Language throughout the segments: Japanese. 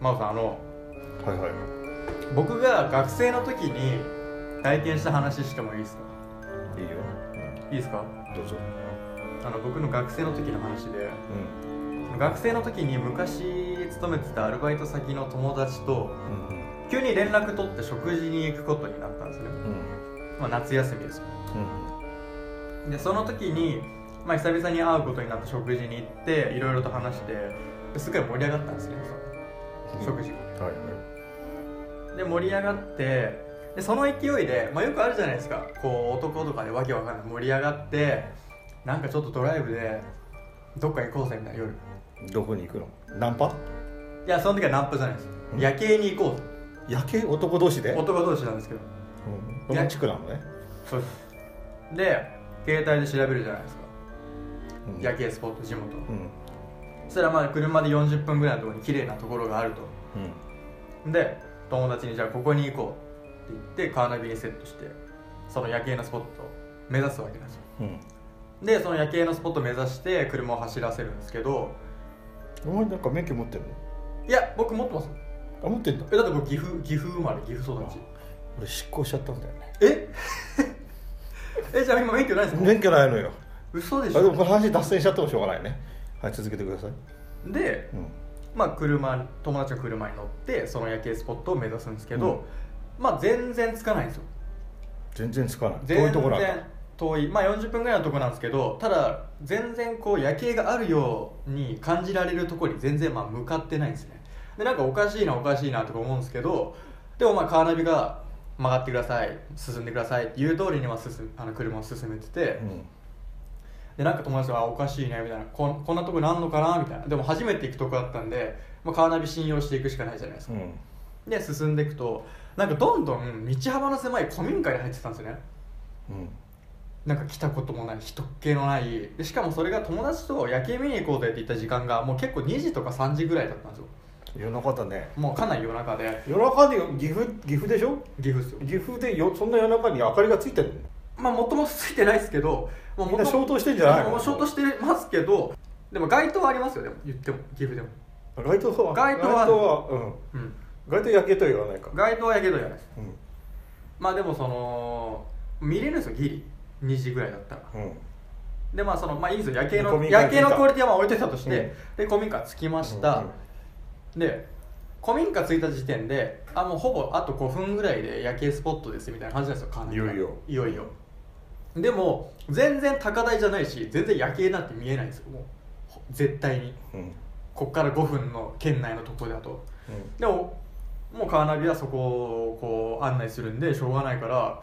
真帆さんあのはいはい僕が学生の時に体験した話してもいいですかいいよいいですかどうぞあの僕の学生の時の話でう学生の時に昔勤めてたアルバイト先の友達とんうんうん急に連絡取って食事に行くことになったんですね、うんまあ、夏休みですようんでその時に、まあ、久々に会うことになって食事に行っていろいろと話してですごい盛り上がったんですねその食事がはいはいで盛り上がってでその勢いで、まあ、よくあるじゃないですかこう男とかでわけわかんない盛り上がってなんかちょっとドライブでどっか行こうぜみたいな夜いどこに行くのナンパやその時はナンパじゃないですうん夜景に行こうぜ夜景男同士で、うん、男同士なんですけどロマンチックなのね、そうですで携帯で調べるじゃないですかうん、夜景スポット地元うんそしたらまあ車で40分ぐらいのところに綺麗なところがあるとうんで友達にじゃあここに行こうって言ってカーナビにセットしてその夜景のスポットを目指すわけなんですようんでその夜景のスポットを目指して車を走らせるんですけどお前なんか免許持ってるのいや僕持ってますよあ持ってんだえだって僕岐阜岐阜生まれ岐阜育ち俺執行しちゃったんだよねえ えじゃあ今免許ないですか、免許ないのよ嘘であしでもょこの話脱線しちゃってもしょうがないねはい続けてくださいでうんまあ、車友達の車に乗ってその夜景スポットを目指すんですけど、まあ全然つかないんですよ全然つかない全遠然いところなんだ遠いまあ40分ぐらいのとこなんですけどただ全然こう夜景があるように感じられるところに全然まあ向かってないんですねでなんかおかしいなおかしいなとか思うんですけどでもまあカーナビが曲がってください進んでくださいっていう通りには進むあの車を進めてて、うんでなんか友達があ「おかしいね」みたいなこん「こんなとこなんのかな?」みたいなでも初めて行くとこだったんで、まあ、カーナビ信用していくしかないじゃないですうか、んで進んでいくとなんかどんどん道幅の狭い古民家に入ってたんですよねうんなんか来たこともない人っ気のないでしかもそれが友達と夜景見に行こうぜって言った時間がもう結構2時とか3時ぐらいだったんですよ夜中だねもうかなり夜中で夜中で岐阜岐阜でしょ岐阜っすよ岐阜でよそんな夜中に明かりがついてるのまあもともとついてないですけどもうみんな消灯灯してんじゃないのもう消灯してますけどでも街灯はありますよでも言っても岐阜でも街灯は街灯はうんうん街灯焼けとは言わないか街灯はやけどやないですうまあでもその見れるんですよギリ2時ぐらいだったらんうんでまあそのまあいいんですよ夜景の古民家夜景のクオリティはまあ置いてたとして、うんで古民家着きました、うんで古民家着いた時点であもうほぼあと5分ぐらいで夜景スポットですみたいな感じなんですよかなりいよいよいよいよでも全然高台じゃないし全然夜景なんて見えないんですよもうほ絶対にうんうんこっから5分の県内のとこだとでももうカーナビはそこをこう案内するんでしょうがないから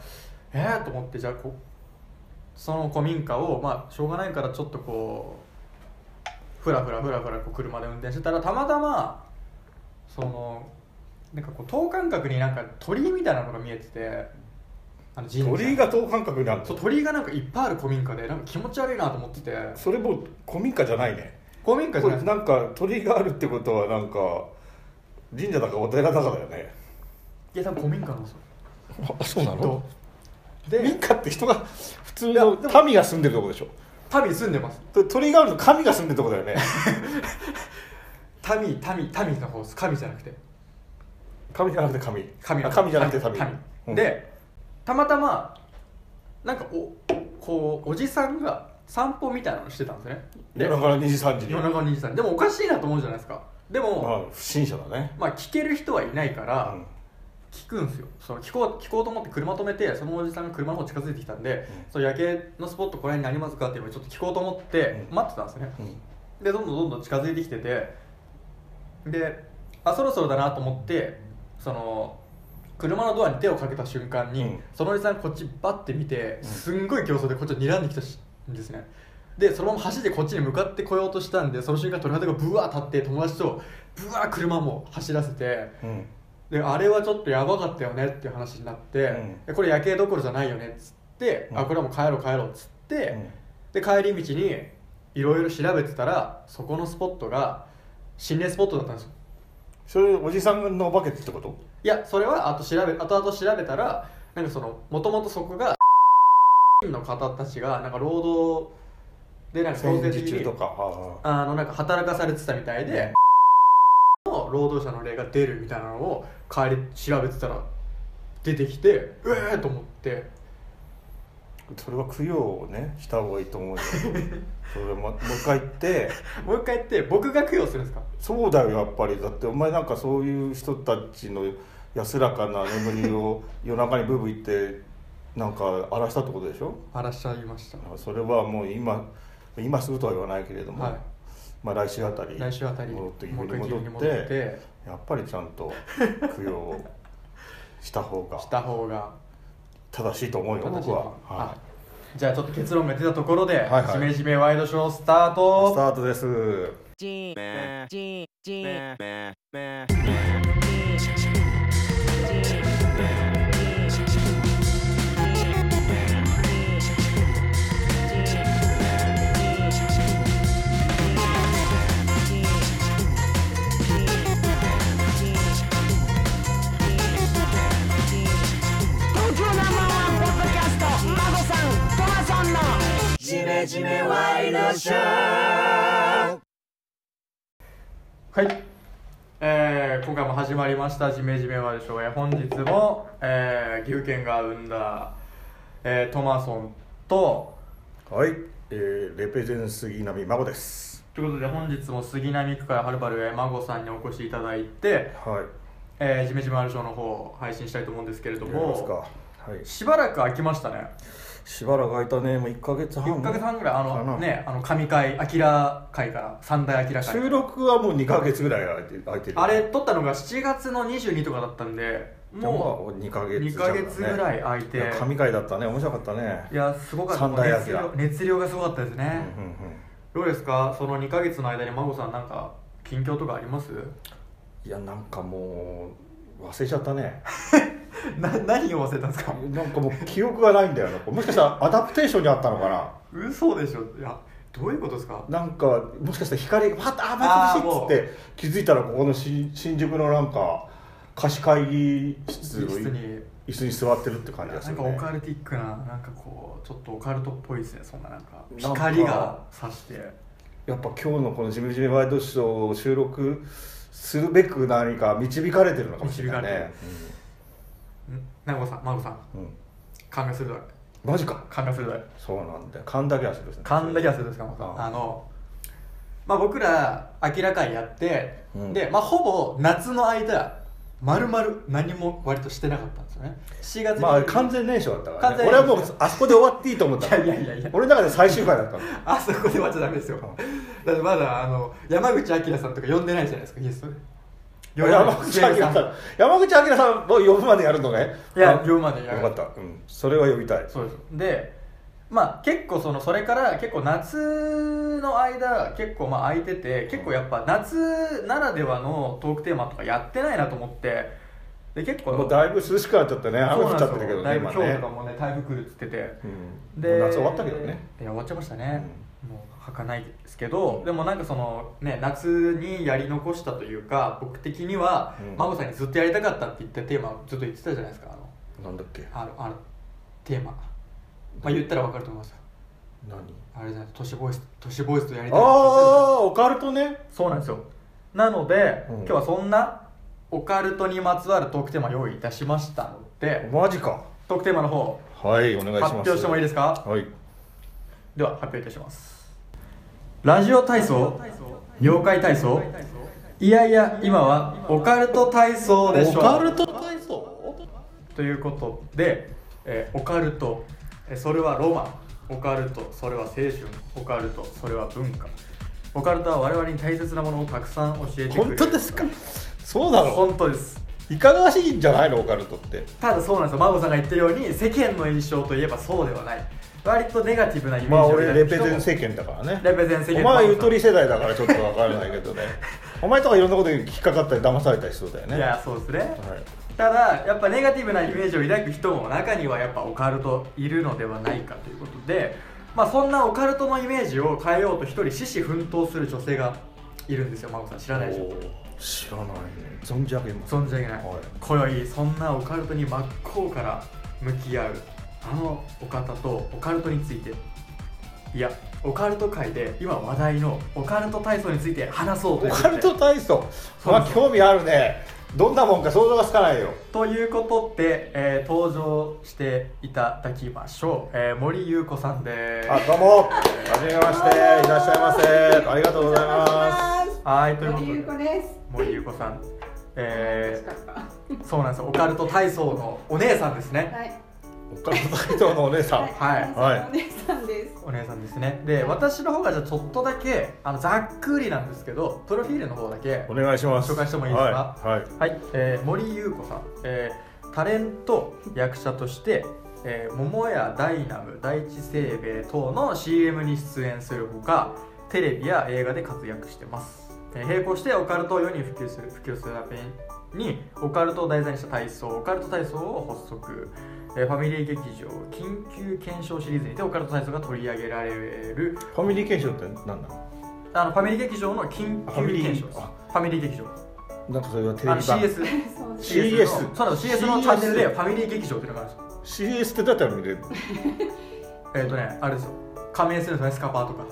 えー、と思ってじゃあこその古民家をまあしょうがないからちょっとこうふらふらふらふらこう車で運転してたらたまたまそのなんかこう等間隔になんか鳥居みたいなのが見えててあの神社鳥居が等間隔になるそうと鳥居がなんかいっぱいある古民家でなんか気持ち悪いなと思っててそれもう古民家じゃないね古民家じこゃれないですかなんか鳥居があるってことはなんか神社だかお寺だかだよねいや多分古民家なんですよあそうなきっと古民で家って人が普通いやので民が住んでるとこでしょ旅住んでますと鳥居があると神が住んでるとこだよね民民民の方です神じゃなくて神じゃなくて神神のあ方神じゃなくて民民うんでたまたまなんかおこうおじさんが散歩みたいなのしてたんですねで夜中の2時3時に夜中の2時さんでもおかしいなと思うじゃないですかでまも、あ不審者だねまあ、聞ける人はいないかうら、ん聞くんですよその聞こう聞こうと思って車止めてそのおじさんが車の方近づいてきたんで、うその夜景のスポットこれになりますかっていうのをちょっと聞こうと思ってうん待ってたんですね、うんでどんどんどんどん近づいてきててであそろそろだなと思ってその車のドアに手をかけた瞬間に、うんそのおじさんこっちバッて見てうんすんごい競争でこっちを睨んできたしんですねでそのまま走ってこっちに向かってこようとしたんでその瞬間鳥肌がブワー立って友達とブワー車も走らせてうんであれはちょっとやばかったよねっていう話になって、うんでこれ夜景どころじゃないよねっつって、うんあこれはもう帰ろう帰ろうっつって、うんで帰り道にいろいろ調べてたらそこのスポットが心霊スポットだったんですよそれおじさんのお化けってこといやそれは後調べ後々調べたらなんかそのもともとそこがの方たちがなんか労働でなんか強戦制時的中にとかあああのなんか働かされてたみたいで、の労働者の例が出るみたいなのを帰り調べてたら出てきてうえーと思ってそれは供養をねした方がいいと思うよそれまもう一回言ってもう一回やって僕が供養するんですかそうだよやっぱりだってお前なんかそういう人たちの安らかな眠りを夜中にブーブー言ってなんか荒らしたってことでしょあらしちゃいましたそれはもう今今すぐとは言わないけれども、はいまあ、来週あたり来週あたり戻ってもう一回自分に戻自分っにて戻ってやっぱりちゃんと供養をした方がした方が正しいと思うよ正しい僕は、あはじゃあちょっと結論が出たところで、はいはいじめじめワイドショースターい、トスタートです東京ナンバーワンポッドキャストマゴさんトマソンのジメジメワイドショーはい、えー今回も始まりました「じめじめワイドショー」えー本日も、えー、岐阜県が生んだ、えートマソンとはい、えーレペゼン杉並真子ですということで本日も杉並区からはるばるえー孫さんにお越しいただいてはい「えー、じめじめワイドショー」の方を配信したいと思うんですけれどどうですもかはいしばらく空きましたねしばらく空いたねもう1か月半1か月半ぐらいあかなのねあの神回アキラ会から三大アキラ会収録はもう2か月ぐらい空いて空いてるあれ撮ったのが7月の22とかだったんでももう2かう月2か月ぐらい空いていや神回だったね面白かったねいやすごかった三大アキ熱ラ量熱量がすごかったですうんね、うんうんどうですかその2か月の間に孫さんなんか近況とかあります いやなんかもう忘れちゃったねな何を忘れたんですかなんかもう記憶がないんだよなもしかしたらアダプテーションにあったのかな嘘でしょいやどういうことですかなんかもしかしたら光がパッとああーっ眩しいっつって気づいたらここの新新宿のなんか貸し会議室の室に椅子に座ってるって感じなんがする、かね、オカルティックななんかこうちょっとオカルトっぽいですねそんななんかなんか光がさしてやっぱ今日のこの「ジメジメワイドショー」を収録するべく何か導かれてるのかもしれないねん南郷さん孫さんうん、うん勘が鋭いマジか勘が鋭いそうなんだよ勘だけはするですね神田キャスですか、またああの、まあ、僕ら明らかにやって、うんで、まあ、ほぼ夏の間まるまる何も割としてなかったんですよね7月に、まあ完全燃焼だったか完ら、ね、全俺燃は焼もうあそこで終わっていいと思ったいやいやいやいや俺の中で最終回だったのあそこで終わっちゃダメですよだってまだあの山口明さんとか呼んでないじゃないですかゲストで山口明さん山口明さんを呼ぶまでやるのねいやあ呼ぶまでやるよかった、うん、それは呼びたいそうですでまあ結構そのそれから結構夏の間結構まあ空いてて結構やっぱ夏ならではのトークテーマとかやってないなと思ってで結構もうだいぶ涼しくなっちゃってね雨そう降なっんちでゃってるすけよどだねいぶ今今日とねか、もね台風来るっつっててうん、で夏終わったけどねいや終わっちゃいましたね、もうはかないですけどでもなんかそのね夏にやり残したというか僕的には、うん孫さんにずっとやりたかったって言ったテーマをずっと言ってたじゃないですかあのなんだっけあのあのテーマまあ言ったらわかると思いますよ何あれじゃない都市ボイス都市ボイスとやりあたいって言ってたじゃないあオカルトねそうなんですよなので、うん今日はそんなオカルトにまつわるトークテーマ用意いたしましたのでマジかトークテーマの方はいお願いしま発す表してもいいですかはいでは発表いたしますラジオ体操妖怪体操いやいや今はオカルト体操でしょオカルト体操ということで、えーオカルトえーそれはロマンオカルトそれは青春オカルトそれは文化オカルトは我々に大切なものをたくさん教えてくれる本当ですかそうだろ本当ですういかがわしいんじゃないのオカルトってただそうなんですよマゴさんが言ってるように世間の印象といえばそうではない割とネガティブなイメージまあを俺抱レくペ人もゼン政権だからねレペゼン世間お前はゆとり世代だからちょっとわからないけ どねお前とかいろんなことに引っかかったり騙されたりしそうだよねいやそうですねはいただやっぱネガティブなイメージを抱く人も中にはやっぱオカルトいるのではないかということで、まあ、そんなオカルトのイメージを変えようと一人獅子奮闘する女性がいるんですよマゴさん知らないでしょお知らないね存じ上げます存じ上げない、はい今宵そんなオカルトに真っ向から向き合うあのお方とオカルトについていやオカルト界で今話題のオカルト体操について話そうといオうことカルでト体操そうまあ興味あるねどんなもんか想像がつかないよということで、えー登場していただきましょう、えー森優子さんですあどうもはじめましていらっしゃいませありがとうございます。はいということ森ゆうでこです。森優子さんえ楽しかっー、そうなんですよオカルト体操のお姉さんですたねはい。すオカルト体操のお姉さはんいはいお姉さんです。お姉さんですねで私の方がじゃあちょっとだけあのざっくりなんですけどプロフィールの方だけお願いします紹介してもいいですかはい、はいはい、えー森優子さん、えータレント役者として、えー桃屋ダイナム第一生命等の CM に出演するほかテレビや映画で活躍してます、えー並行してオカルトを世に普及する普及するためにオカルトを題材にした体操オカルト体操を発足えーファミリー劇場緊急検証シリーズにてオカルト体操が取り上げられるファミリー検証って何なのあのファミリー劇場の緊あファミリ急ー検証ですあファミリー劇場なんかそれはテあのレビ版 CS そうです。 CS の CS そうなんです CS のチャンネルでファミリー劇場っていうのがあるんですよ CS ってどうやったら見れるえっ、とねあれですよ加盟するんですねスカパーとか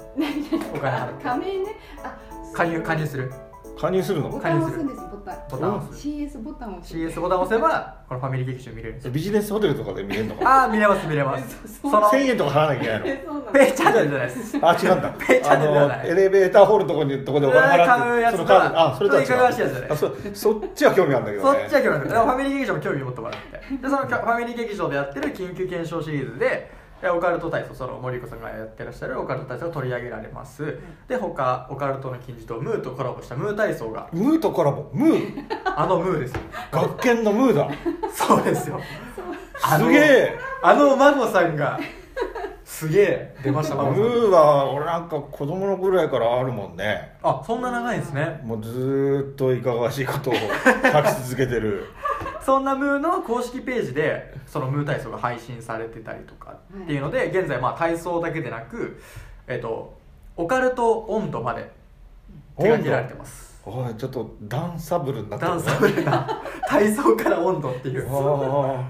お金払って仮名ね。あ、加入加入する加入するボのタンを押すんです。ボタン。ボタンを押す CS ボタンを押す。 CS ボタンを押せばこのファミリー劇場見れるんですよビジネスホテルとかで見れるのかなああ見れます見れますそそうの1000ペ円とか払わなきゃいけ ないえそうなの。イチャンネルじゃないですのあ違うんだペイチャンネルではないあのエレベーターホールのとこにとこでお金払ってうん買うやつそとのかカードあそれとは違うそれいかがわしいやつじゃないあそそっちは興味あるんだけそどっねちは興味なくて、でもファミリー劇場も興味持ってもらって、でそのファミリー劇場でやってる緊急検証シリーズで、えオカルト体操、その森子さんがやってらっしゃるオカルト体操が取り上げられます、で他オカルトの金字塔、ムーとコラボしたムー体操が、ムーとコラボム ーあのムーですよ、学研のムーだ そうですよ、あの すげえあの孫さんが、すげえ、出ました、ム孫さん。ーは俺なんか子供の頃やからあるもんねあそんな長いんですね、もうずーっといかがわしいことを書き続けて るそんなムーの公式ページで、そのムー体操が配信されてたりとかっていうので、現在、まあ体操だけでなく、えっと、オカルト温度まで手がけられてます。おいちょっとダンサブルになってダるンねサブルな体操から温度っていうまあー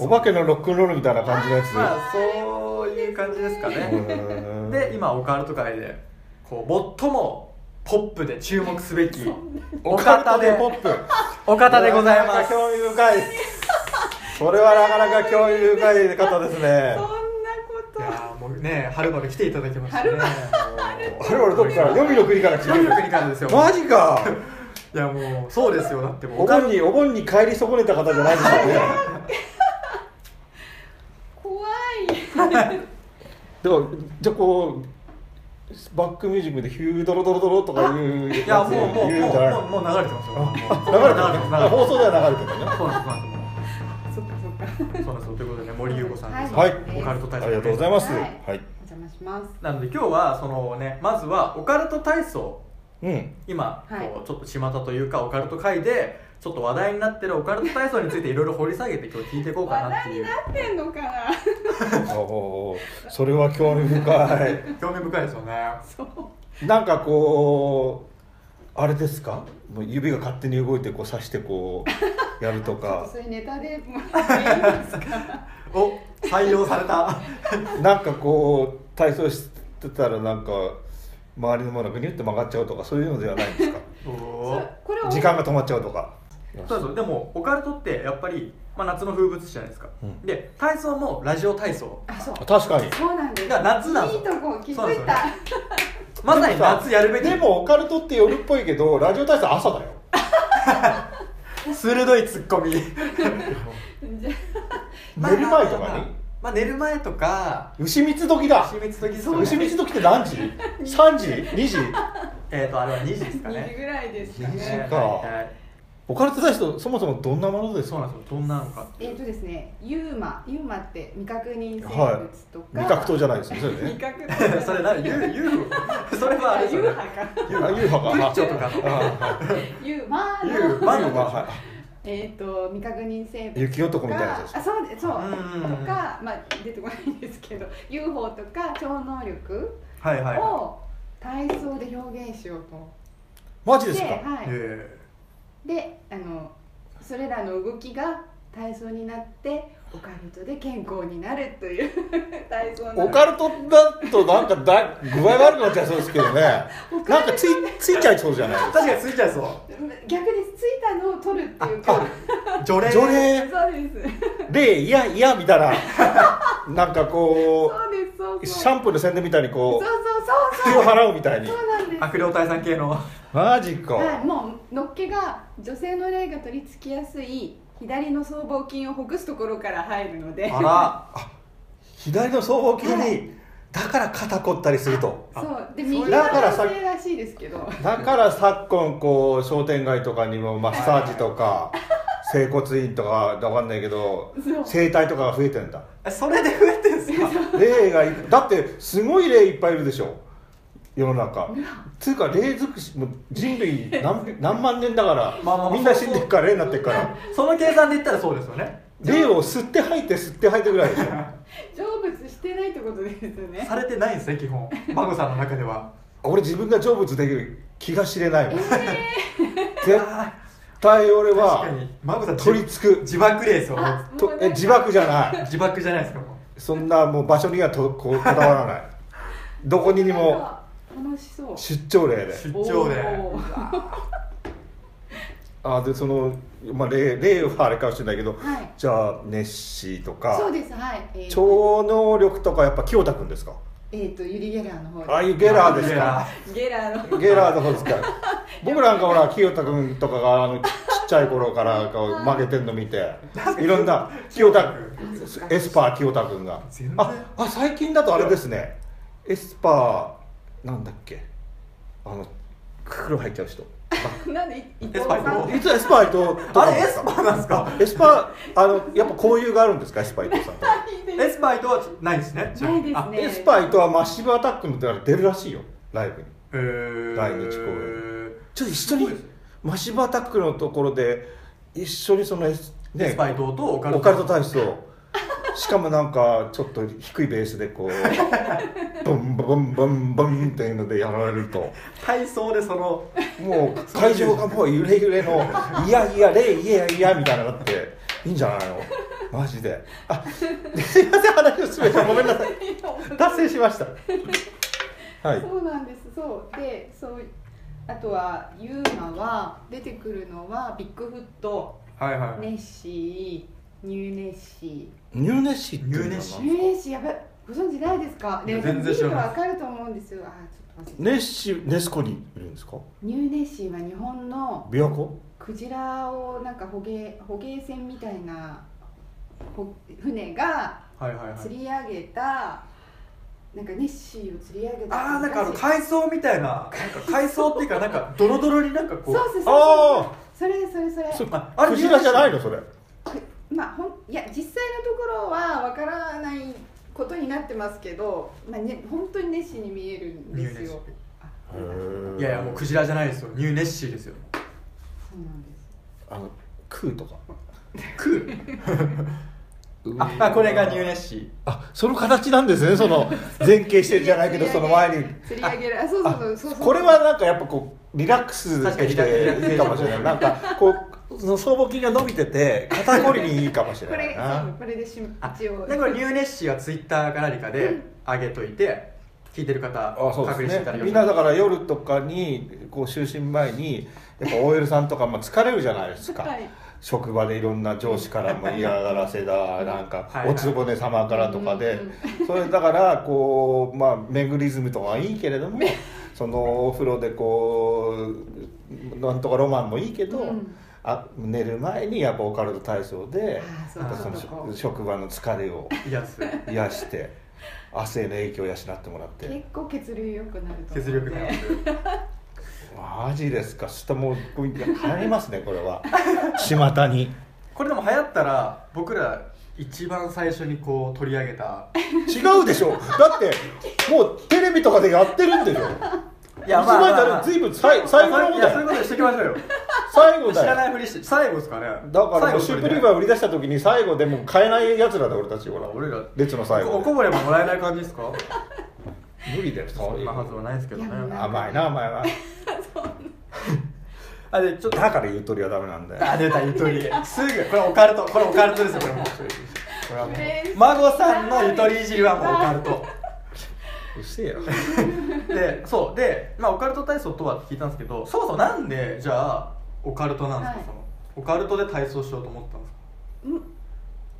お化けのロックンロールみたいな感じのや つあそういう感じですかねへーで今オカルト界でこう最もポップで注目すべきおお方方ででポップお方でございます興味深いそれはなかなか興味深い方ですねそんなこいと。やーもうねはるばる来ていただきましたねはるばあれ俺どっから予備の国から来 て広いる国からですよマジかいやもうそうですよだってもうお盆にお盆に帰り損ねた方じゃないですよね怖でもじゃあこうバックミュージックでヒュードロドロドロとかいういいやもうもうもうもう言うんじゃないもう流れてますよもう流れ流れててる放送では流れてるねますそうなんですそうなんでい。そっかそっか。すそうなんですよということでね森優子さんです、ははいいオカルト体操ありがとうございますはいはいお邪魔します。なので今日はそのねまずはオカルト体操うん今、はいこうちょっと巷というかオカルト界でちょっと話題になってるオカルト体操についていろいろ掘り下げて今日聞いていこうか話なって題いに うなってんのかな。おーそれは興味深い興味深いですよねそう。なんかこうあれですかもう指が勝手に動いてこう刺してこうやるとちょっと かそういうネタでもらっていいですか。お採用された なんかこう体操してたらなんか周りのものがニュって曲がっちゃうとかそういうのではないんですかおそうーこれを時間が止まっちゃうとかそうそうでもオカルトってやっぱり、まあ、夏の風物詩じゃないですか、うんで体操もラジオ体操あそう確かにそうなんですだから夏なのいいとこ気そうなんでづすいよたまさに夏やるべきでもオカルトって夜っぽいけどラジオ体操朝だよ鋭いツッコミじゃ 寝る前とかににまあ寝る前とか牛蜜時だ牛蜜時そうね牛蜜時って何時 ?3 時 ?2 時えっ、とあれは2時ですかあ2時ねぐらいですか二時ねねか大体オカルト体操そもそもどんなものですそうかなんですよどんなのかっていえうっ、とですね、ユーマ、ユーマって未確認生物とか、味覚糖じゃない、ないですよねそれね味覚 それ何ユーユー それはあれですユよーねハか、ユーハユッかチョとかのユーマユーーの、ママののままあははいえっ、と未確認生物とか、雪男みたいなやつですあ、そうです、そう、とうんうんうんか、まあ出てこないんですけど、UFO とか超能力はいはいはを体操で表現しようと、マジですで、かいはい、えであのそれらの動きが体操になってオカルトで健康になるという 体操なのオカルトだとなんかだ具合悪くなっちゃいそうですけどねなんかついついちゃいそうじゃないですか確かについちゃいそう逆ですついたのを取るっていうかあ除霊除霊そうですでいやいやみたい ななんかこそうですそううそうシャンプーの宣伝みたいにそこううそうそう手を払うみたいにそうそうなんです悪霊退散系のマジか、はい、もうのっけが女性の霊が取り付きやすい左の僧帽筋をほぐすところから入るのであら左の僧帽筋に、はいだから肩凝ったりするとそうであ右だからはさ男性らしいですけどだから昨今こう商店街とかにもマッサージとか整骨院とかわかんないけどそう整体とかが増えてんだ えそれで増えてんすか霊がいだってすごい霊いっぱいいるでしょ世の中つうか霊尽くしもう人類 何何万年だから、まあまあみんな死んでくから霊になってくからその計算で言ったらそうですよね霊を吸って吐いて吸って吐いてぐらいでしょ成仏してないってことですよねされてないんですね基本マゴさんの中では俺自分が成仏できる気が知れないもん絶あ対俺ー確かはにマゴさん取り付く自爆霊ですよあもうとなんかえ自爆じゃない自爆じゃないですかもそんなもう場所にはとこうこだわらないどこににも楽しそう出張例うで出張霊おーあでその、まあ、例例はあれかもしれないけどはいじゃあネッシーとかそうですはいえー超能力とかやっぱ清田君ですかえーとユリ・ゲラーの方でああいうゲラーですかゲラーのゲラーの 方ですか僕なんかほら清田君とかがあのちちっちゃい頃からこう負けてんの見ていろんな清田エスパー清田君が全然ああ最近だとあれですねエスパーなんだっけあの黒入っちゃう人なんで伊エ藤スさパーん伊いつエスパー伊藤とあかれエですスパかーなんですかエスパーあのやっぱ交友があるんですかエスパー伊藤さんとエスパーとはないですねないですあねエスパー伊藤はマッシブアタックの出るらしいよライブにえー来日公演ちょっと一緒にマッシブアタックのところで一緒にそのエス,、エスパー伊藤とオカルオトカルト体操しかもなんかちょっと低いベースでこう ボンボンボンボンっていうのでやられると体操でそのもう会場がもう揺れ揺れのいやいやレイいやいやみたいなのっていいんじゃないのマジであすいません話を進めてごめんなさい達成しましたはいそうなんですそうでそうあとはユーマは出てくるのはビッグフットはいはいネッシーニューネッシニューネッシーっていうのかニューなネッシーーニューネッシーやばいご存知ないですかで全然知らない見るとわかると思うんですよあーちょっと忘れたネッシーネスコにいるんですかニューネッシーは日本の琵琶湖クジラをなんか捕鯨捕鯨船みたいなほ船がはいはいはい釣り上げたなんかネッシーを釣り上げたああなんかあの昔海藻みたいななんか海藻っていうかなんかドロドロになんかこそううそうそうあそれそれそれあそうああれクジラじゃないのそれまあ、ほんいや実際のところはわからないことになってますけど、まあね、本当に熱心に見えるんニでューすネッシよ。ーいやいやもうクジラじゃないですよニューネッシーですよそうなんです。あのクーとかクーああこれがニューネッシあその形なんですねその前傾してるじゃないけどその前に釣り上げるあそうそうそうそうそうこれはなんかやっぱこうリラックスでき確かにリラックスていいかもしれないなんかこうその僧帽筋が伸びてて肩こりにいいかもしこれなれいそうなこれでしあ一応ーでこれニューネッシーはツイッターか何かで上げといて聞いてる方あそう確認しでていすただきねまみんしょなうだから夜とかにこう就寝前にやっぱ OL さんとかまあ疲れるじゃないですか、はい職場でいろんな上司からも嫌がらせだなんかはいはいおつぼね様からとかでうんうんそれだからこうまあメグリズムとかはいいけれどもそのお風呂でこうなんとかロマンもいいけど、うんあ寝る前にやっぱオカルト体操であそうやっぱあそのそうか職職場の疲れをいやす癒して汗の影響を養ってもらって結構血流良くなると思うんで血力があるマジですか下もう流行りますねこれは巷にこれでも流行ったら僕ら一番最初にこう取り上げた違うでしょだってもうテレビとかでやってるんでしょいいつまでたらずいぶん最最後の方いやそうだいうこよとにしていきましょうよ最後知らだなよいふりして最後ですかねだからも最う後シそュれープでリーバー売り出した時に最後でもう買えないやつらだ俺たちほら俺ら列の最お後こぼれももらえない感じですか無理だよそそんんななははずずはないですけどねいや甘いな甘いなあでちょっとだから言うとりはダメなんだよあ出たゆとりすぐこれオカルトこれオカルトですよこれもこれはもう嬉しい孫さんのゆとりいじりはもうオカル トうっせえよでそうで、まあ、オカルト体操とはって聞いたんですけどそもそもなんでじゃあオカルトなんですか、はいそのオカルトで体操しようと思ったんですか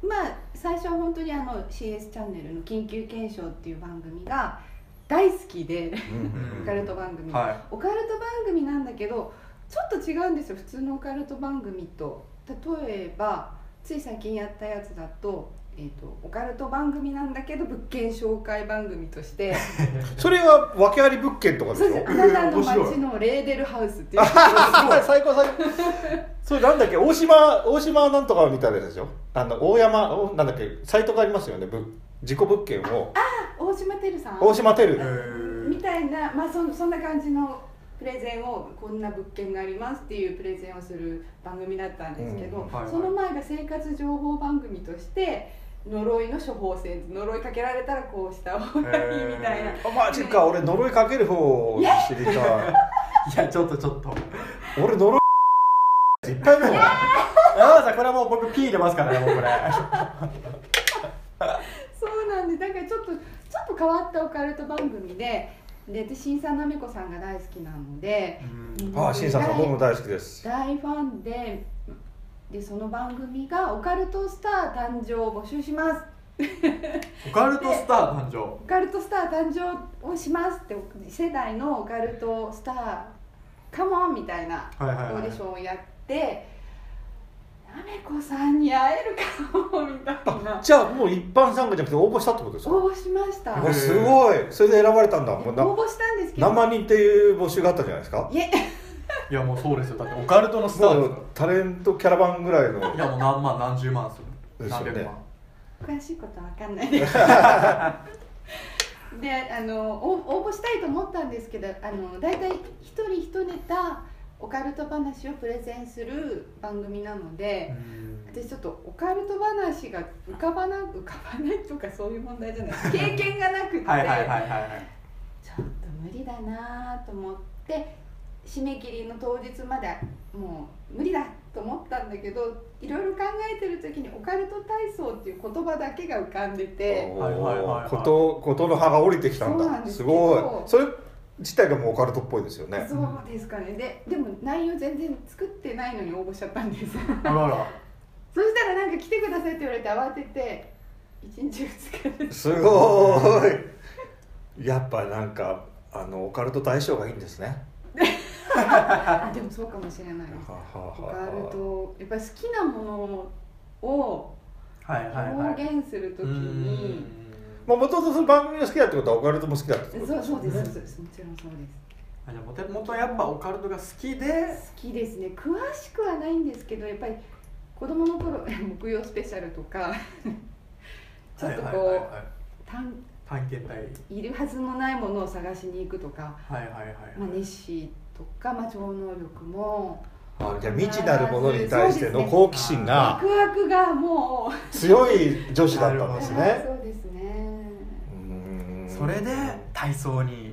うんまあ最初は本当にあの CS チャンネルの「緊急検証」っていう番組が大好きでうんオカルト番組、はオカルト番組なんだけどちょっと違うんですよ普通のオカルト番組と例えばつい最近やったやつだと,、えー、とオカルト番組なんだけど物件紹介番組としてそれは訳あり物件とかでそうしですょあなたの面白い街のレーデルハウスっていうあ最高最高それなんだっけ大島大島なんとかみたいなやつでしょあの大山おなんだっけサイトがありますよねぶ自己物件を大島てるさん大島テルいみたいな、まあ、そんそんな感じのプレゼンをこんな物件がありますっていうプレゼンをする番組だったんですけど、うんはいはいその前が生活情報番組として呪いの処方箋呪いかけられたらこうした方がいいみたいな、へあマジか俺呪いかける方を知りたい いやちょっとちょっと俺呪いいっぱいあるもん山田さんこれはもう僕 P 入れますからねもうこれそうなんでだからちょっとちょっと変わったオカルト番組でで私新さんなめこさんが大好きなので、ああ新さんさん大僕も大好きです大ファンででその番組が「オカルトスター誕生を募集します」オカルトスター誕生オカルトスター誕生をしますって次世代のオカルトスターカモンみたいなオはいはいはいーディションをやってなめこさんに会えるかもみたいなじゃあもう一般参加じゃなくて応募したってことですか応募しましたうへわーですごいそれで選ばれたんだもうな応募したんですけど何万人っていう募集があったじゃないですかいえいやもうそうですよだってオカルトのスターでもすかうタレントキャラバンぐらいのらいやもう何万何十万すでるすよ何ね百万、詳しいことは分かんないですであの応応募したいと思ったんですけどあの大体一人一ネタオカルト話をプレゼンする番組なので、うん私ちょっとオカルト話が浮かばな浮かばないとかそういう問題じゃない 経験がなくてはいはいはいはいはいちょっと無理だなと思って締め切りの当日までもう無理だと思ったんだけどいろいろ考えてる時にオカルト体操っていう言葉だけが浮かんでてはいはいはいはいことことの葉が降りてきたんそうなだんですすけごどいそれ自体がもうオカルトっぽいですよねそうですかねででも内容全然作ってないのに応募しちゃったんですあららそしたらなんか来てくださいって言われて慌てて1日2日ですごーいやっぱなんかあのオカルト対象がいいんですねあでもそうかもしれないですははオはカルトやっぱり好きなものをはいはいはい表現するときに、まあもともとその番組が好きだってことはオカルトも好きだってことそうそうです、ねそうですもちろんそうであじゃあもともとやっぱオカルトが好きです好きですね詳しくはないんですけどやっぱり子供の頃木曜スペシャルとかちょっとこう、はいはいはいはい探探検隊いるはずのないものを探しに行くとか、はいはいはいまあ、ネッシーとか、まあ、超能力もあじゃあ未知なるものに対してのそう好で奇すね心ワがクワクがもう強い女子だったんですねそうですねうんそれで体操に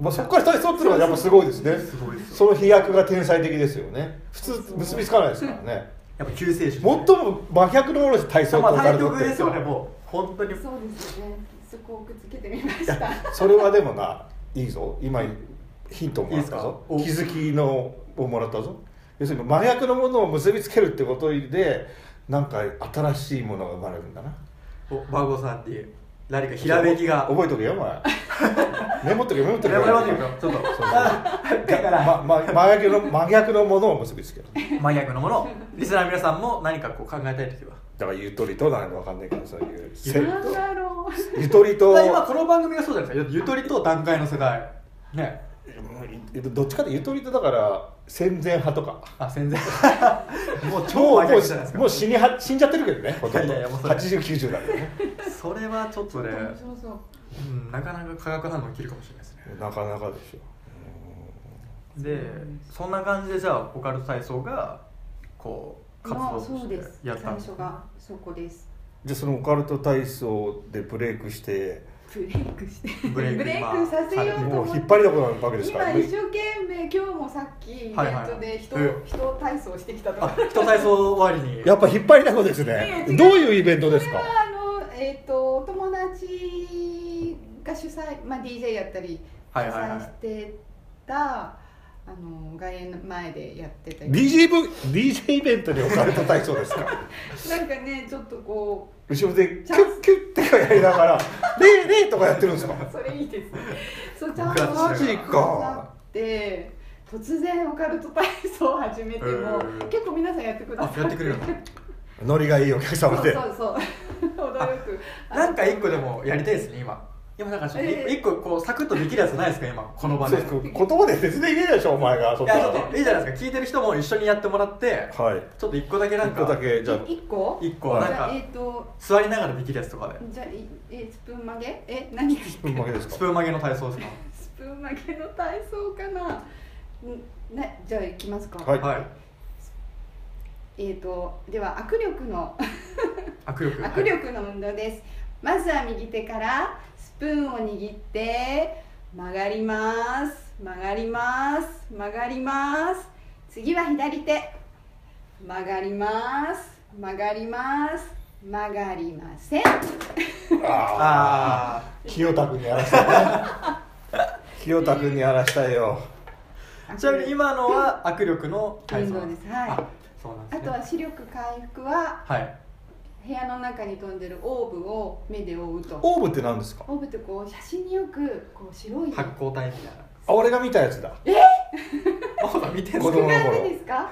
まあ、そこから体操っていうのはやっぱすごいですねすごいですよその飛躍が天才的ですよね普通結びつかないですからねやっぱ救世主最も真逆のものです体操とまあオカ対ルトっ局てですよねもう本当にそうですよねそこをくっつけてみましたそれはでもないいぞ今ヒントをもらったぞいい気ですづきのをもらったぞ要するに真逆のものを結びつけるってことでなんか新しいものが生まれるんだなおバーゴさんっていう何かひらめきが覚えとけよお前 メモっとけメモっといけやこれ待ってくださいちょっとそうだ からまま真逆の真逆のものを結びつける真逆のものをリスナーの皆さんも何かこう考えたい時はだからゆとりとなんかわかんないけどそういうせなんだろうゆとりと今この番組がそうじゃないですかゆとりと段階の世代ねどっちかってゆとりとだから戦前派とかあ戦前 もうも超う真も逆じゃないですうかもう死には死んじゃってるけどねほとんいどやいやもうそれ8090だからねそれはちょっとね、面白そううん、なかなか化学反応起きるかもしれないですねなかなかでしょでそんな感じでじゃあオカルト体操がこう活動のとそうしてですや最ったんです初がそこですじゃあそのオカルト体操でブレイクしてブレイクしてブブレレイイククさせようともう思引ってっ張りだこなわけですから今ね一生懸命今日もさっきイベントで人,、はいはいはい人体操してきたとあか人体操終わりにやっぱ引っ張りだこですねいや違うどういうイベントですかあえっ、とお友達が主催、まあ、DJ やったり主はいはいは催いしてたあの外苑の前でやってたり DJ, ブ DJ イベントでオカルト体操ですかなんかねちょっとこ後ろでキュッキュッってやりながら「レイレイ」とかやってるんですかうそれいいですねそうちゃんとマジかで突然オカルト体操を始めても、へー結構皆さんやってくださあやってくれるのノリがいいお客そ様うそうでそう驚くなんか一個でもやりたいですね今今なんかちょっとええ一個こうサクッとできるやつないですか今この場でそういでやす言葉で説明言えないでしょお前がそんなちょっといいじゃないですか聞いてる人も一緒にやってもらってはいちょっと一個だけなん一個だかけじゃあ1個一個はないんじゃあえっ、かと座りながらできるやつとかでじゃあいえスプーン曲げえ何がいいうん負けですスかプーン曲げの体操ですかスプーン曲げの体操かな。んね、じゃあ行きますか。はいはいえっ、とでは握力の握力握力の運動です。まずは右手からスプーンを握って曲がります。曲がります。曲がります。次は左手。曲がります。曲がります。曲がりません。あああ清田君にやらしたいね清田君にやらしたいよあちなみに今のは握力の体操運動ですはいあそうなんであすねとは視力回復ははい部屋の中に飛んでるオーブを目で追うとオーブって何ですかオーブってこう写真によくこう白い発光体みたいなあ俺が見たやつだあほら見 てん子の供のなん頃でですか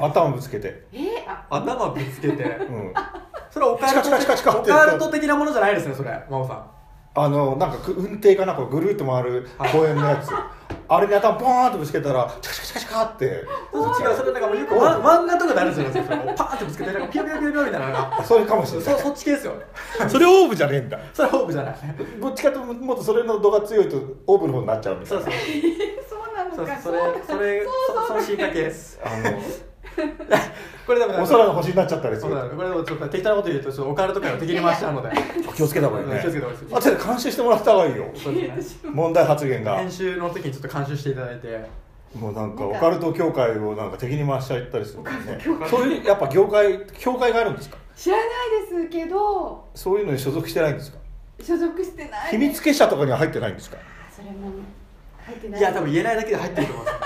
頭ぶつけてえー、あ頭ぶつけてうんそれはオカルトチカチカチカチカオってカルト的なものじゃないですねそれ真央さんあのなんかく運転かなんかぐるーっと回る公園のやつあれに頭ボーンってぶつけたらチカチカチカチカって違うそれなんかもうよくわ漫画とかであるんですよねそれパーンってぶつけてなんかピヨピヨピヨピヨみたいなのがそれかもしそれないそっち系ですよねそれオーブじゃねえんだそれはホープじゃないどっちかとももっとそれの度が強いとオーブの方になっちゃうみたそいうなそうそうなそのうかそれそれそうそそうその進化系ですあこれダメのだお空の星になっちゃったりすそるうだねこれでもちょっと適当なこと言うとちょっとオカルト界を敵に回しちゃうので気をつけた方がいいうんね気をつけた方がいいですあとで監修してもらった方がいいよそうですね問題発言が編集の時にちょっと監修していただいてもうなんかオカルト協会をなんか敵に回しちゃったりするもんねオカルト協会そういうやっぱ業界協会があるんですか知らないですけどそういうのに所属してないんですか所属してない秘密結社とかには入ってないんですかそれも入ってないいや多分言えないだけで入ってると思うんですよ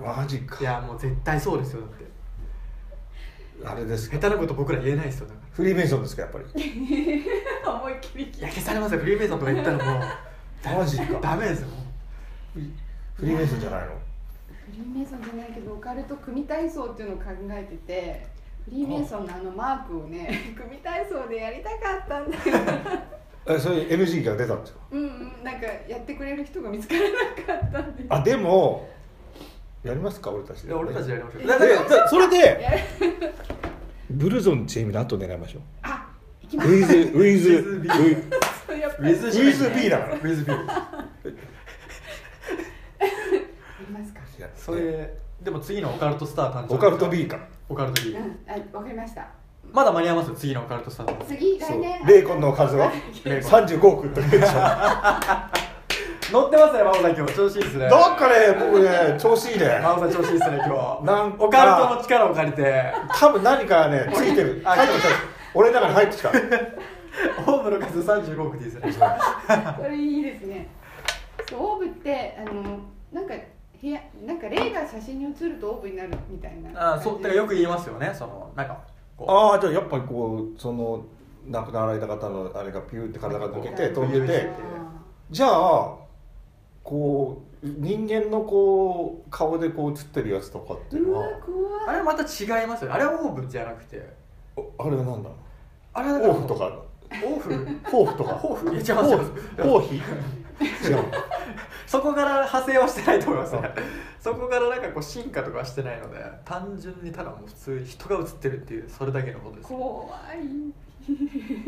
僕はマジいかやもう絶対そうですよだってあれです下か手なこと僕ら言えないですよだからフリーメイソンですかやっぱり思いっきりいや消されますよフリーメイソンとか言ったらもうマジかダメですよフリーメイソンじゃないのフリーメイソンじゃないけどオカルト組体操っていうのを考えててフリーメイソンのあのマークをね 組体操でやりたかったんだけどえそういう NG が出たんですかうんうんなんかやってくれる人が見つからなかった んであでもやりますか俺たちいでや俺たちでやりましょうでだからだそれやでブルゾンチームの後狙いましょうあ行きウまィズウィズウウィズィすやっぱウりィ行ズウじゃないィズ B だからウィズビーきますかそれでも次のオカルトスター誕生オカルト B かオカルト B うんあわかりましたまだ間に合いますよ次のオカルトスター誕次そ来う年霊魂の数は霊魂35億というでしょ生乗ってますね真央さん今日調子いいですねどっかね僕ね調子いいね真央さん調子いいですね今日なんかオカルトの力を借りて多分何かねついてるあ入ってきた俺の中に入っ てきたホームの数35億でいいです ねこれいいですねそうオーブってあのなんか部屋なんか霊が写真に写るとオーブになるみたいなあーそうだからよく言いますよねそのなんかこああじゃあやっぱりこうその亡くなられた方のあれがピューって体が抜けて飛んでてじゃあこう人間のこう顔でこう映ってるやつとかっていううのわはうあ怖いれまた違いますよねあれはオーブじゃなくておあれは何だあれはだら王府とかオーフ抱負とか抱負いや違います抱よ負抱負違うそこから派生はしてないと思いますねそこからなんかこう進化とかはしてないので単純にただもう普通に人が映ってるっていうそれだけのことです怖い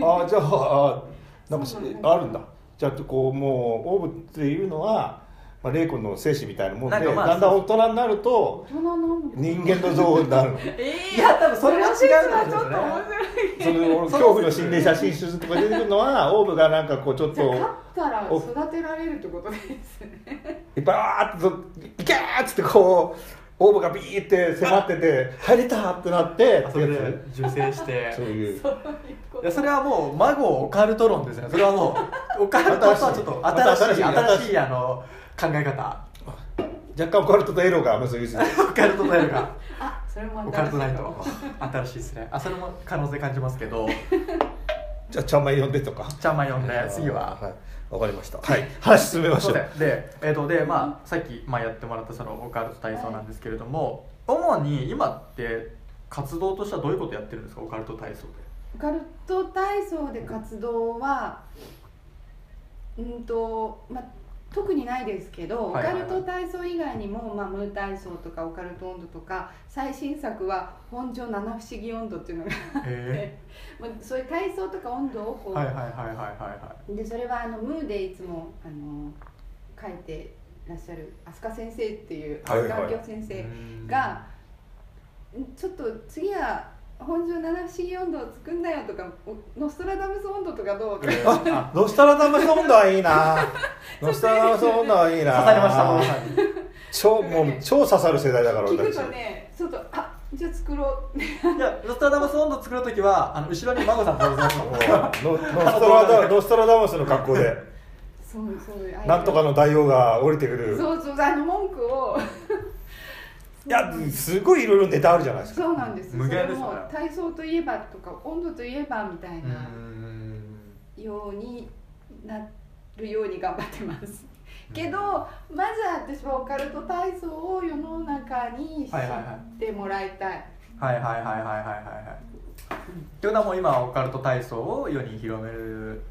ああじゃああーなんかしそうなんだあるんだじゃあこうもうオーブっていうのは、まあ、霊魂の精子みたいなもんでなんかまあだんだん大人になると大人なの人間の像になるの えいーや多分それは違うはんちですょっよとね面白いその恐怖の心霊写真集とか出てくるのはオーブがなんかこうちょっじゃあと勝ったら育てられるってことですねバーッといけーっつってこうオーブがビーって迫ってて入れたってなってあそれで受精して そういうそういうこいやそれはもう孫オカルト論ですねそれはも うオカルトとはちょっと新しい新新ししいいあの考え方若干オカルトとエロが結びついて オカルトというかあそれ もオカル新しいトないと新しいですねあそれも可能性感じますけどじゃあちゃんまい呼んでとかちゃんま読んで次ははいわかりましたはい話進めましそうょうだよで,、えーとでまあ、さっき、まあ、やってもらったそのオカルト体操なんですけれども、主に今って活動としてはどういうことやってるんですかオカルト体操でオカルト体操で活動はうんと、まあ、特にないですけど、はいはいはいオカルト体操以外にも、まあ、ムー体操とかオカルト温度とか最新作は「本庄七不思議温度」っていうのが、へ まあ、そういう体操とか温度をこえう、はいはいはいはいはでそれはあのムーでいつもあの書いてらっしゃる飛鳥先生っていうはいは飛い鳥教いは先い生が、ちょっと次は本庄七不思議温度を作んなよとかおノストラダムス温度とかどうか あノスタラダムス温度はいいなノスタラダムス温度はいいな刺されましたもさんに超もう超刺さる世代だから聞 く私とねちょっとあじゃあ作ろういやノストラダムス温度作るときはあの後ろに孫さん登場しもうまノすノストラダノストラダムスの格好でそうそういうアイデアなんとかの大王が降りてくるそうそうあの文句をいやすごいいろいろネタあるじゃない ですかそうなんです無限ですねそれも体操といえばとか温度といえばみたいなようになるように頑張ってますけどまずは私はオカルト体操を世の中に知はいはいはいってもらいたいはいはいはいはいはいはいはいっていうのはもう今オカルト体操を世に広める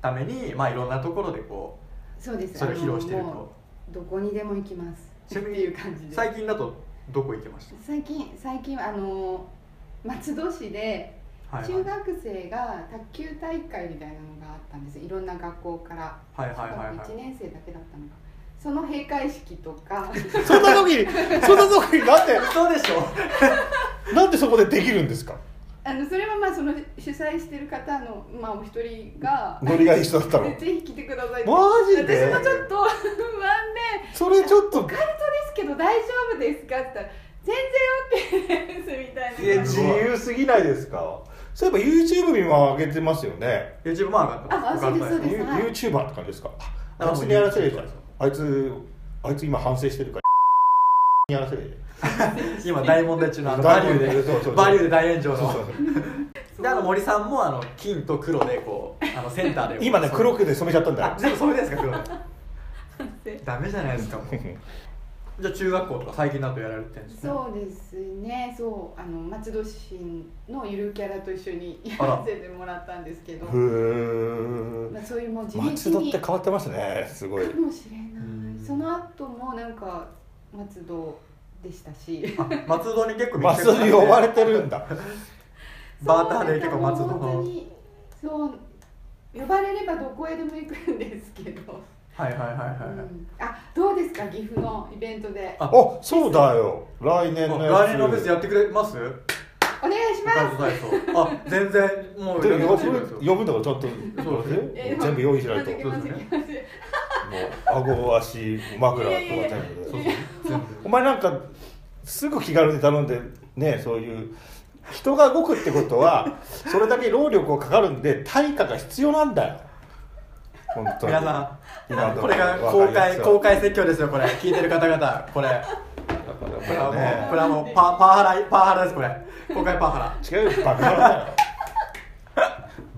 ためにまあいろんなところでこそうでうすそれを披露してるあのもとうどこにでも行きますちなみにっていう感じで最近だとどこ行ってまし最近最近あの松戸市でたはいはい中学生が卓球大会みたいなのがあったんですいろんな学校からはいはいはいはい1年生だけだったのがその閉会式とか そんな時に そんな時になんでそうでしょなんでそこでできるんですかあのそれはまあその主催してる方の、まあ、お一人がノリがいい人だったの でぜひ来てくださいってマジで私もちょっと 不安でそれちょっと「カルトですけど大丈夫ですか?」って言ったら「全然 OK です」みたいいやな感じ自由すぎないですかそういえば YouTube にも上げてますよね YouTube も上がったあそうですそうですユはい YouTuber って感じですかああいつにやらせるじゃんあいつあいつ今反省してるからにやらせる今大問題中のあのバ大リ問ュ題ーそうそうそでうバリューで大炎上そうそのうであの森さんもあの金と黒でこうあのセンターでこう 今ね黒くで染めちゃったんだあよ全部それですか黒でダメじゃないですかもう じゃあ中学校とか最近だとやられてるんですねそうですねそうあの松戸市のゆるキャラと一緒にやあららせてもらったんですけどふーまあ、そういうもう地松道戸っにてか変わってますねすごいもしれなうんいその後もなんか松戸でしたしあ松戸に結構密松着戸に呼ばれてるんだ バーターで結構松戸そうなんかものう本当にそう呼ばれればどこへでも行くんですけど、はいはいはいはいはういんあどうですか岐阜のイベントでああそうだよ来年のやつ来年のフェスやってくれますお願いしオまカルトす体操あ全然もうでも呼てぶ呼ぶんだからちゃんとそうですねえ全部用意しないと行きます行きますもう顎足枕とか全い部やいやいや全部お前なんかすぐ気軽に頼んでねそういう人が動くってこ とはそれだけ労力をかかるんで対価が必要なんだよ本当に皆さ今んのこれが公若いや開つは公開説教ですよこれ聞いてる方々これだからこれはもうこねれはもうパパワハラパワハラですこれ公開パワハラ違うよバカ腹だよ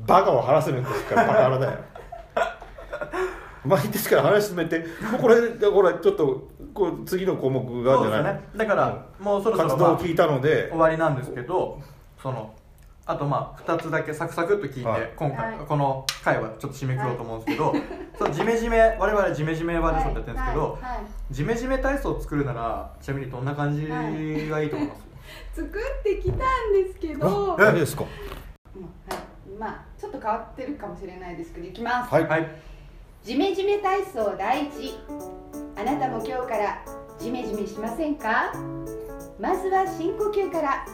バカを晴らせるんですからバカ腹だよまあいいですから話進めてもうこれこれちょっとこう次の項目があそるうじでゃすない、ねだからもうそろそろ活ま動あを聞いたので終わりなんですけどそのあとまあ2つだけサクサクっと聞いて、はい今回、はいこの回はちょっと締めくくろうと思うんですけど、 そのジメジメ我々ジメジメバージョンやってるんですけど、はいはいはいジメジメ体操を作るならちなみにどんな感じがいいと思います、作ってきたんですけど、あもうはい何ですかまあちょっと変わってるかもしれないですけどいきます、はいはいジメジメ体操第一あなたも今日からジメジメしませんかまずは深呼吸から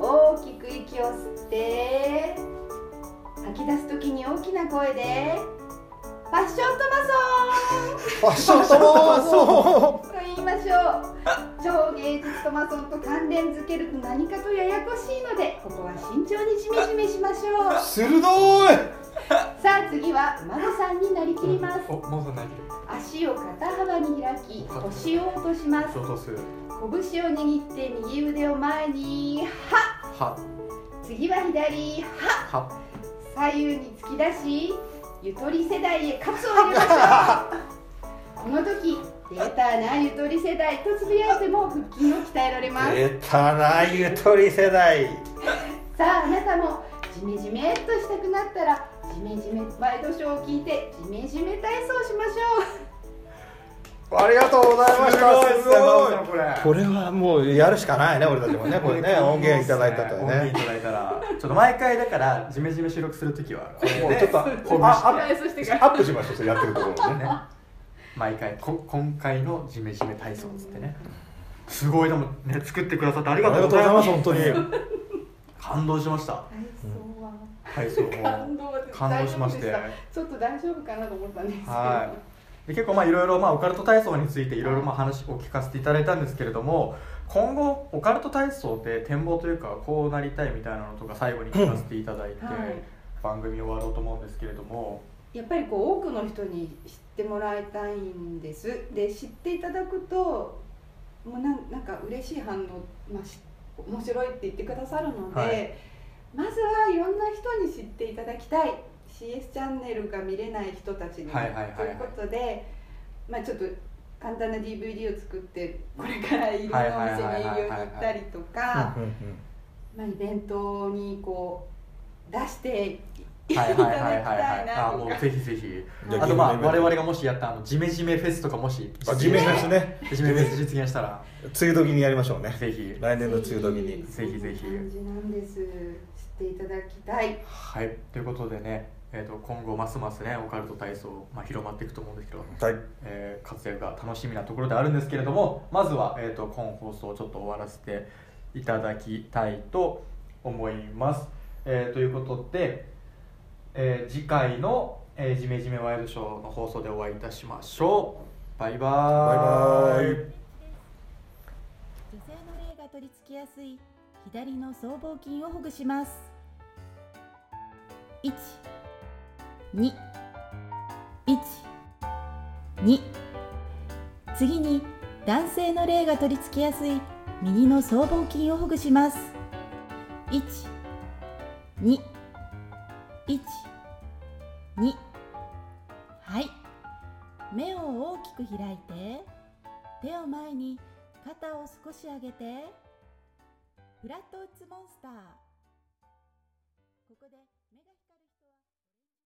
大きく息を吸って吐き出す時に大きな声でファッショントフマソァッショントマソンと言いましょう超芸術トマソンと関連づけると何かとややこしいのでここは慎重にしめじめしましょうン鋭いさあ次は孫さんになりきりますおもうそんなに足を肩幅に開き腰を落としますそうそうする拳を握って右腕を前にはは次は左はは左右に突き出しゆとり世代へ喝を入れましょ うこの時出たなゆとり世代とつぶやいても腹筋を鍛えられます、出たなゆとり世代さああなたもジメジメっとしたくなったらジメジメワイドショーを聞いてジメジメ体操をしましありがとうございましたすごい真央さんこれこれはもうやるしかないね俺たちもねこ れね音源いただいたと音源ねいただいたらちょっと毎回だからジメジメ収録するときはこれもうちょっとあほぐ あしてアそしてップしましょうそれやってるところもねね毎回こ今回のジメジメ体操っつってねすごいでもね作ってくださってありがとうございますありがとうございます本当に感動しましたょう体操は体操も感動で感動しまし大て丈夫でたちょっと大丈夫かなと思ったんですけど、はい、で結構まあいろいろまあオカルト体操についていろいろまあ話を聞かせていただいたんですけれども今後オカルト体操で展望というかこうなりたいみたいなのとか最後に聞かせていただいてうんはい番組終わろうと思うんですけれども、やっぱりこう多くの人に知ってもらいたいんですで知っていただくともうなんなんか嬉しい反応、まあ、し面白いって言ってくださるので、はいまずはいろんな人に知っていただきたい CS チャンネルが見れない人たちに、はいはいはいはいということで、まあ、ちょっと簡単な DVD を作ってこれからいろんなお店に営業に行ったりとかうんうんまあイベントにこう出していたはだいきはいはいはいたいなはいあと もかう。ぜひぜひじゃあとまあ自分のイベ我ント々がもしやったあのジメジメフェスとかもしうんあ地面実で現すねジメフェス実現した ら梅雨時にやりましょうねぜひ来年の梅雨時にぜひぜひそんな感じなんです。知っていただきたい。はいということでね、えー、と今後ますますねオカルト体操、まあ、広まっていくと思うんですけどはいえー活躍が楽しみなところであるんですけれどもまずは、えー、と今放送をちょっと終わらせていただきたいと思います。えーということで、えー次回の、えー、ジメジメワイドショー」の放送でお会いいたしましょう。バイババイバーイイ女性の霊が取り付きやすい左の僧帽筋をほぐします1 2 1 2次に男性の霊が取り付きやすい右の僧帽筋をほぐします1 2 1 2はい目を大きく開いて手を前に肩を少し上げてフラットウッズモンスター